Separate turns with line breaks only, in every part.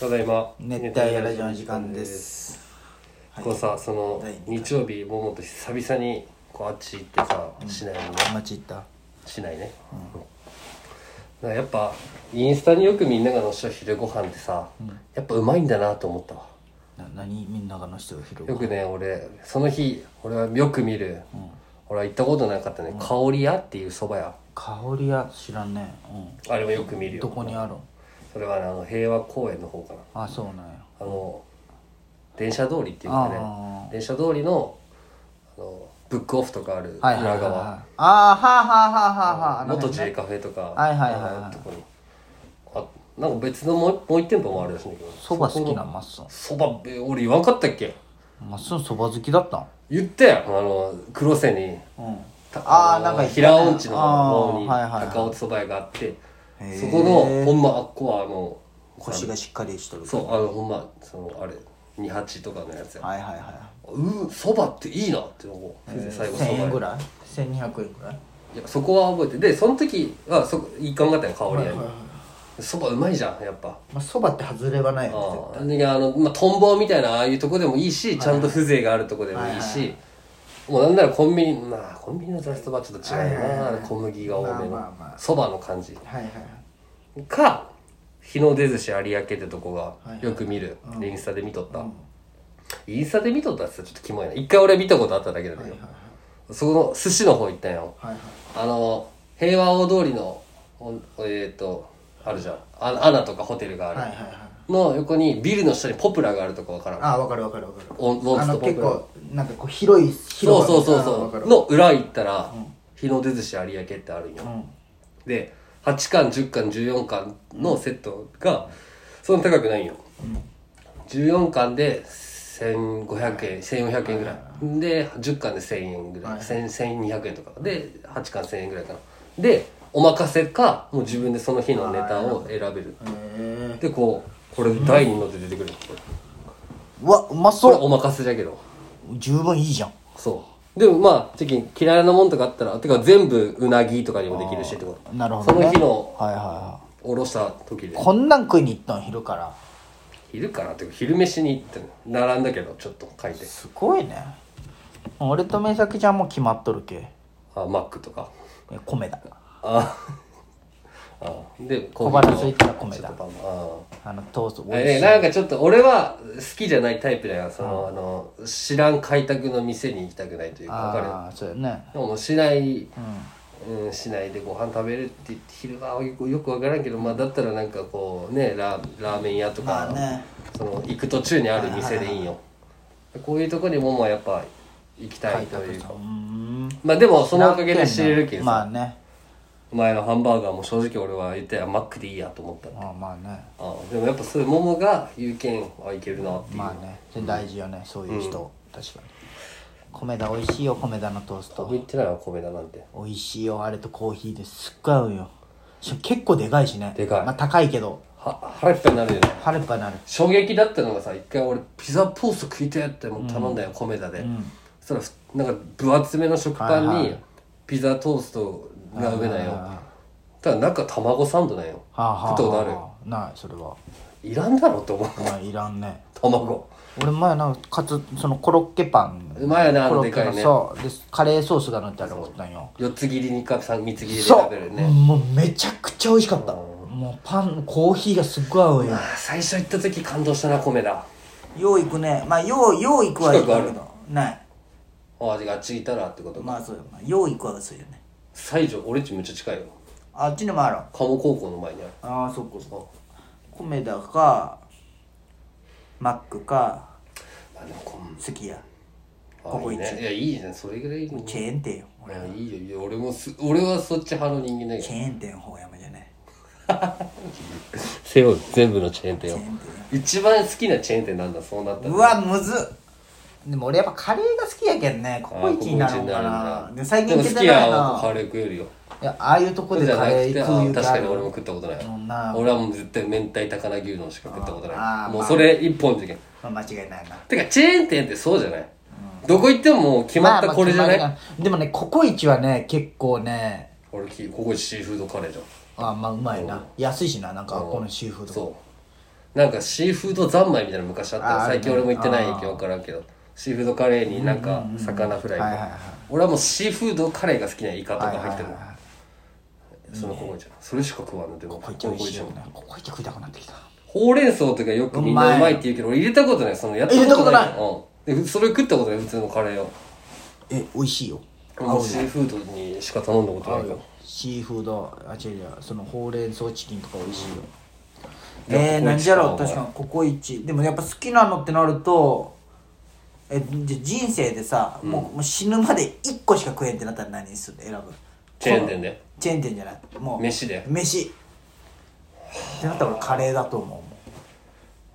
ただいま
熱帯夜ラジオの時間です。はい
こうさその
第二回
日曜日ももと久々にこうあっち行ってさ市内にね
街行った。
市内ね、だからやっぱインスタによくみんなが載せた昼ご飯ってさ、やっぱうまいんだなと思ったわ
な、何みんながの人を拾
よ
う。
くね俺その日俺はよく見る、俺は行ったことなかったね、香り屋っていう蕎麦屋
香り屋知らんね。う
あれもよく見る
ん。ど
よ
こにあるん。
それはねあの平和公園の方かな
あ、そうなんや。
あの電車通りっていうか
あ
ね電車通りのあのブックオフとかある
はい
裏
はいはいはい。
側
あー、はあはあはあはあはあ。
元自
ね
衛カフェとか
はいはいはいはい
あのとこにあなんか別のもうもう一店舗もあるらしいんだけど
そば好きな
の
マッソン。
そばえ俺言わんかったっけ
マッソンそば好きだったん。
言ったよあの黒瀬に
うん。
た
あー
の
なんか言ったね
平尾んちの方に
あーはいはいはい
高尾そば屋があって
へー
そこのほんまあっこはあの
腰がしっかりしとる。
そうあのほんまそのあれ28とかのやつや
はいはいは
うんそばっていいなって思う、
い。
最後そば
千円ぐ
い
らい？千二百円ぐらい？
やそこは覚えてでその時はそこ行かんかったよ香り屋にそば、うまいじゃんやっぱ
まあそばって外れはない
あ
よね。
あであの、まあ、トンボみたいなああいうとこでもいいしちゃんと風情があるとこでもいいし、
はい
もうなんならコンビニまあコンビニの雑そばちょっと違うよな、
はいはいはい
あの小麦が多め
まあまあま
の
あ
そば、の感じ
絶対はいはい
か日の出寿司有明ってとこ
い
が
はい
よく見る、でインスタで見とった、
うん
インスタで見とったってちょっとキモいな一回俺見たことあっただけだけど、
はいはいはい
そこの寿司の方行ったんよ
はいはい。
あの平和大通りのほんえっ、とあるじゃんあアナとかホテルがある、
はいはいはい。
の横にビルの下にポプラがあるとこわからん
ああ分かる分かる分かる
おロー
あ
スと
の
ポーク
結
ラ
構なんかこう広い
そう
広
そうそう
分か
そう
る
の裏行ったら、日の出寿司有明ってあるんよ、で8巻10巻14巻のセットがそんな高くないんよ、14巻で1500円1400円ぐらいで10巻で1000円ぐらい、
はい
1000 1200円とかで8巻1000円ぐらいかなでお任せかもう自分でその日のネタを選べる
へえ
でこうこれ第2ので出てくるこれ
うわうま
これ
そ
お任せだけど
う十分いいじゃん
そうでもまあ時に嫌いなもんとかあったらてか全部うなぎとかにもできるしってこと
なるほど、ね、
その日の
はいはいは
おろした時で
いこんなん食いに行ったん昼から
昼かなっていうか昼飯に行っての並んだけどちょっと書いて
すごいね俺と美咲ちゃんも決まっとるけ
あマックとか
え米だ
あ あで
小腹空いたら
コー
米
ヒーとちょ
だ
っとパンも
あのトースト
ああえなんかちょっと俺は好きじゃないタイプだよそのあの知らん開拓の店に行きたくないというかわかる
ああそうやね
でももう市内、うん市内でご飯食べるって言って昼はよくよく分からんけど、まあ、だったらなんかこうねララーメン屋とか、
まあね
その行く途中にある店でいいんよ、こういうとこにももはやっぱ行きたいというか
うーん
まあでもそのおかげで知れるけどさ、
まあね
お前のハンバーガーも正直俺は言ったよマックでいいやと思った
まあまあね
ああでもやっぱそういうももが言うけんあいけるなっていう、
まあねそれ大事よね、そういう人、確かに米だ美味しいよ米だのトースト
僕言ってないわ米だなんて
美味しいよあれとコーヒーですっごい合うよしかも結構でかいしね
でかい
まあ高いけど
は腹いっぱいになるよね
腹いっぱいになる
衝撃だったのがさ一回俺ピザポースト食いたいってもう頼んだよ、米田で、そしたらなんか分厚めの食パ
は
ン
い
にピザトーストが上なんよ、
はいはいは
ただ中卵サンドなんよ
はあはあは
食っ
あ
たことある
ないそれはい
らんだろって思う
まあいらんね
卵
俺前なんかカツそのコロッケパン
うまいよねあ
コ
の
ロ
で
ッ
か
ケ
い
の
ね
そうでカレーソースが乗ってあることなんよ
四つ切りにか三三つ切りで
そ
食
う
べるね、
もうめちゃくちゃ美味しかったもうパンコーヒーがすっごい合うよ
あー最初行った時感動したな米田
よう行くねまあようよう行くはいいんだけ
近
どない
ああっちいたらってことか、
まあそうよ、まあ、よう行くはそうよね
西条俺っちめっちゃ近いよ
あっちにもあるあ
鴨高校の前にある
あーそっかそっか米田かマックか
あでもこん
すき家
あ
ここ
いい
一
ねいやいいじゃんそれぐらいいいね
チェーン店よ
いやいいよいいよ俺もす俺はそっち派の人間だけ
チ
ど
ェーン店ほうやまじゃね
背負う全部のチェーン店
チ
を
ェーン店
一番好きなチェーン店なんだそうなったら
うわむずっでも俺やっぱカレーが好きやけんねコ
あ
コイチになる
ココイチ
んかな
るんだ
で最近行
で
け
も
て
好
な
き
い
やわカ
な
レー食えるよ
いやああいうとこ
そう
で
じゃ
カ
なく
レー
てあ
食うよ
確かに俺も食ったことない
もんな
俺はもう絶対明太高菜牛丼しか食ったこと
あ
な
あ
いもうそれ一本じゃけん
まあ間違いないな
てかチェーン店ってそうじゃないどこ行ってももう決まったこれじゃ
まあ
ない
まあ決まりでもねココイチはね結構ね
俺きここシーフードカレーじゃん
あまあうまいな安いしななんか
うん
このシーフード
そうなんかシーフード三昧みたいなの昔あった
あ
よ
ー
最近俺も行ってない
あー
影響からんけどシーフードカレーになんか魚フライ、
はいはいはい
俺はもうシーフードカレーが好きなイカとか
はい
入っ
はい
てるの、
は
そのココイチャンそれしか食わんのでも
いこいって美味しいよ
ココイチャン
ねここいって食いたくなってきた
ほうれん草とかよくみんなうまいって言うけど俺入れたことないそのやった
入れたことない
ない、うん、でそれ食ったことない普通のカレーを
え美味しいよ
俺もシーフードにしか頼んだことないから
シーフードあ違う違うそのほうれん草チキンとか美味しいよ
いや
え
ココイ
ー、
チ
何じゃろう
か
確かにココイチでもやっぱ好きなのってなるとえじゃあ人生でさ、もうもう死ぬまで1個しか食えんってなったら何する選ぶ
チェーン店で
チェーン店じゃないもう
飯で
飯ってなったら俺カレーだと思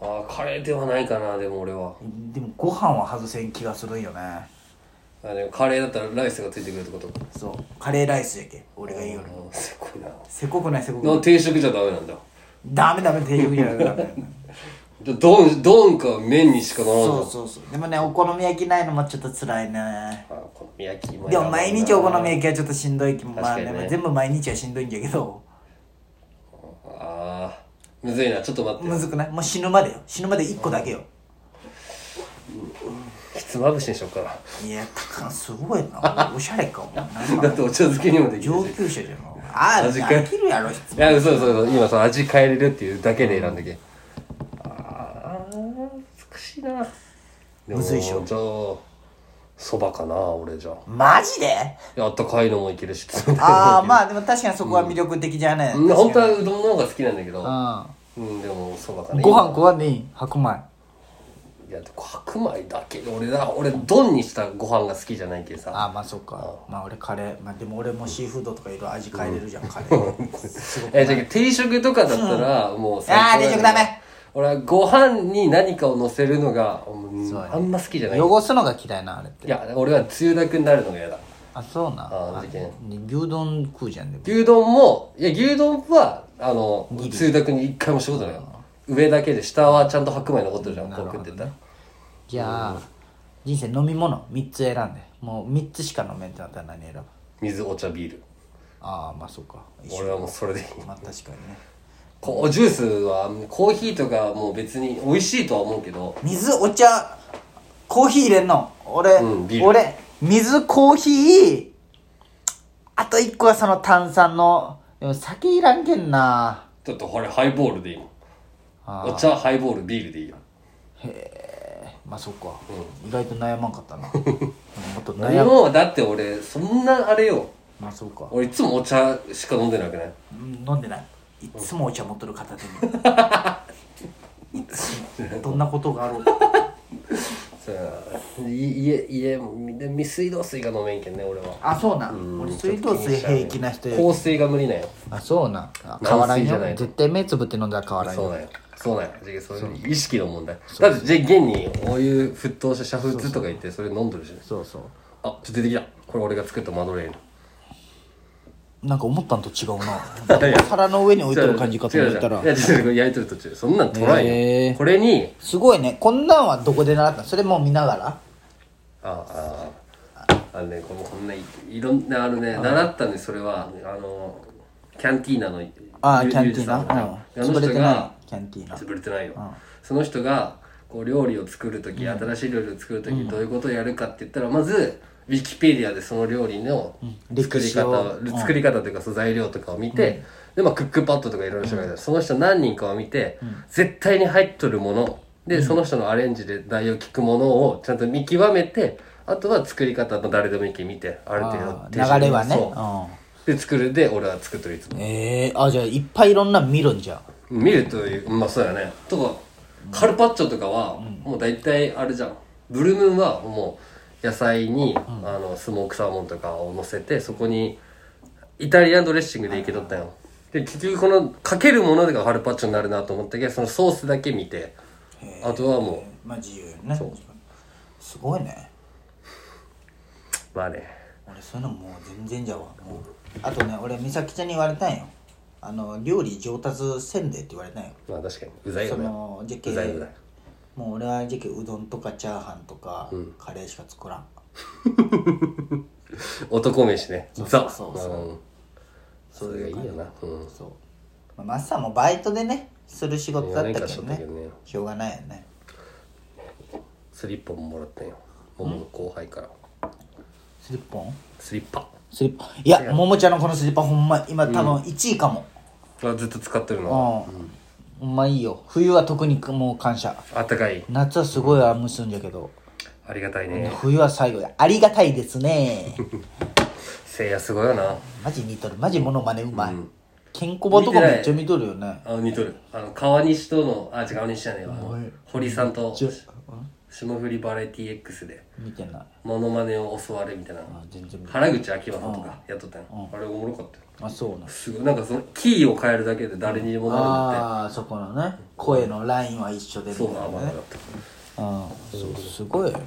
うも
ああカレーではないかなでも俺は
んでもご飯は外せん気がするんよね
あでもカレーだったらライスがついてくるってことか
そうカレーライスやけ俺が言うより
あーすごいな
せこくないせこくな
の
い
定食じゃダメなんだ
ダメダメ定食じゃダメ ダメ
じゃあどんどんか麺にしかならん
そ
の
うそうそうでもねお好み焼きないのもちょっと辛いね
あーお好み焼きも
で
や
も
ばいな
毎日お好み焼きはちょっとしんどい気も
確
まあ
かに
ね
ね
全部毎日はしんどいんだ けど
ああむずいなちょっと待
む
っ
ずくないもう死ぬまでよ死ぬまで1個だけよ
てひつまぶしにしよっかない
や高すごいなおしゃれかもなん
だっ
か
てお茶漬けにもできる
上
し
級者じゃんああ
味変え
飽きるやろ質
いやそうそうそう今その味変えれるっていうだけで選んだけ、ああ美しいな
むずいっしょ
じゃあそばかな俺じゃあ
マ ジで
いやあったかいのもいけるし冷たいのもいける
ああまあでも確かにそこは魅力的じゃね
うん本当はうどんの方が好きなんだけど
は
うんでもそばかな
わんでいい白米
いや白米だけど俺だ俺丼にしたご飯が好きじゃないけどさ
ああまあそっかまあ俺カレーまあでも俺もシーフードとかいろいろ味変えれるじゃんカレ ーすごく
えじゃあ定食とかだったらもう最高
あー定食ダメ
俺はご飯に何かを乗せるのがうん
そうだね
あんま好きじゃない
汚すのが嫌いなあれっ
い
て
や俺はつゆだくになるのが嫌だ
あそうな
あ事件
牛丼食うじゃんでも
牛丼もいや牛丼はあの
ギリ
つゆだくに一回もしたことないよ上だけで下はちゃんと白米残ってるじゃんこう食ってたら
じゃあ人生飲み物3つ選んでもう3つしか飲めんってなったら何選ぶ
水お茶ビール
ああまあそうか一緒
俺はもうそれでいい
まあ確かにね
こうジュースはコーヒーとかもう別に美味しいとは思うけど
水お茶コーヒー入れんの俺、
うんビール
俺水コーヒーあと一個はその炭酸のでも酒いらんけんな
ちょっとこれハイボールでいいもん
あ
お茶ハイボールビールでいいよ
まあそっか、意外と悩まんかった なもっと
俺
悩む
もだって俺そんなあれよ
まあそうか
俺いつもお茶しか飲んでなくない
うん飲んでないいつもお茶持っとる片手 にいつもどんなことがあろうと
さあい家家もみんな未水道水が飲めんけんね俺は
あそうな俺水道水平気な人よ
香水が無理なんよ
あそうなあ
軟水じゃないの
対目つぶって飲んだら変わら
そうなんよそうなんよじゃあそういう意識の問題だってじゃあ現にお湯沸騰した煮沸とか言ってそれ飲んどるしね
そうそう
あちょっと出てきたこれ俺が作ったマドレーヌ
なんか思ったんと違う な皿の上に置いてる感じかと思ったら
違う違う違ういや違う違う焼いてる途中そんなん取らんよ、
へー
これに
すごいねこんなんはどこで習ったのそれもう見ながら
ああああのねこのこんないいろんなあのね習ったんでそれはあのキャンティーナの
ああ
ゆ
キャ
ゆ
ンティー
うじ
ナ
さん
うん
あの
潰れ
人
てな
が
いキャンティーナ
潰れてないよ、その人がこう料理を作る時、新しい料理を作る時、どういうことをやるかって言ったらまずウィキペディアでその料理の作
歴
り
史
方
を
を、作り方というかその材料とかを見て、でまあクックパッドとかいろいろ調べたら、その人何人かを見て、絶対に入っとるもので、その人のアレンジで代用聞くものをちゃんと見極めてあとは作り方の誰でもいいけ見てある程
あ
度
ー流れはね
そうで作るで俺は作ってるいつも
うんえー、あじゃあいっぱいいろんなの見るんじゃん
見るというまあそうやねとかカルパッチョとかはもう大体あれじゃんブルームーンはもう野菜に、あのスモークサーモンとかを乗せてそこにイタリアンドレッシングでいけとったよで結局このかけるものがカルパッチョになるなと思ったけどそのソースだけ見てあとはも
まあ自由よねすごいね
うまあね
俺そういうのもう全然じゃわもうあとね俺美咲ちゃんに言われたんよあの料理上達せんでって言われたんよ
まあ確かにうざいよ
そ
ね
のじゃけ
うざいうざい
もう俺はじゃけうどんとかチャーハンとか、カレーしか作らん
男飯ね
そう
ザ
そうそう
うんそれがいいよなうん
そう、まあ、マッサンもバイトでねする仕事だ
4年
った
間
け
し
ど
とったけ
ね
どね
しょうがないよね
スリッパももらったんよ桃の後輩から
スリッポン
スリッパ
スリッパいやももちゃんのこのスリッパほんま今多分1位かも
あずっと使ってるの
うんほんまいいよ冬は特にもう感謝
あったかい
夏はすごいあんむすんじゃけど
ありがたいね
冬は最後でありがたいです ね
せいやすごいよな
マジ似とるマジモノマネうまい、ケンコバとかめっちゃ見とるよね
あ似とるあの川西とのあ違う川西じゃねえわあ
お
の
い
堀さんと
ちょ
霜降りバラエティ X で
見てない
モノマネを教わるみたいな
あ全然見てない
原口あきまさんとかやっとったんよあれおもろかったよ
あそうな
すごいなんかそのキーを変えるだけで誰にでもなるんだって
ああーそこのね声のラインは一緒でみた
そ
いう
な
な
甘
ね
だった
うんそうすごいよね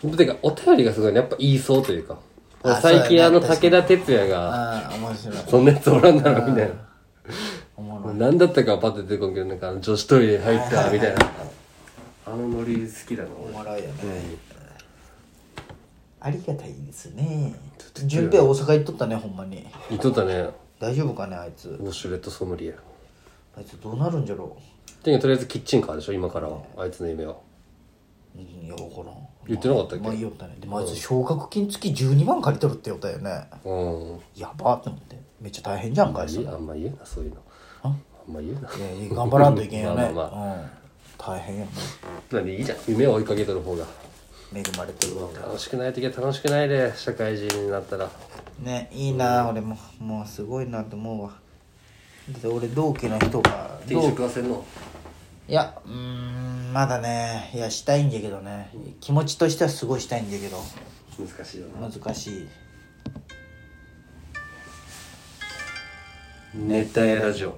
本当てかお便りがすごいねやっぱ言いそうというか
あ
最
そう
近
や
あ
な
の武田鉄矢が
ああ面白い
そんなやつおらんだろみたいな
おもろい
何だったかパッて出てこんけどなんかあの女子トイレ入ったみた いなあのノリ好きだな
お
俺
もろいよね、ありがたいですね順平大阪行っとったねほんまに
言っとったね
大丈夫かねあいつ
ウォシュレットソムリエ
あいつどうなるんじゃろ
てかとりあえずキッチンカーでしょ今からはあいつの夢は
ういや分からん
言ってなかったっけ
まあ言おったねでもあいつ奨学金付き12万借りとるって言おったよね
うん
やばって思ってめっちゃ大変じゃんかあいつ
いいあんま言うなそういうのあんま言うない
やいや頑張らんといけんよね、
まあまあ
うん、大変やね
なんでいいじゃん夢を追いかけとる方が
恵まれてるわ
楽しくない時は楽しくないで社会人になったら
ねいいな、俺ももうすごいなと思うわだって俺同期の人が同期
はせんの
いやうーんまだねいやしたいんだけどね気持ちとしてはすごいしたいんだけど
難しいよな
難しい
熱帯ラジオ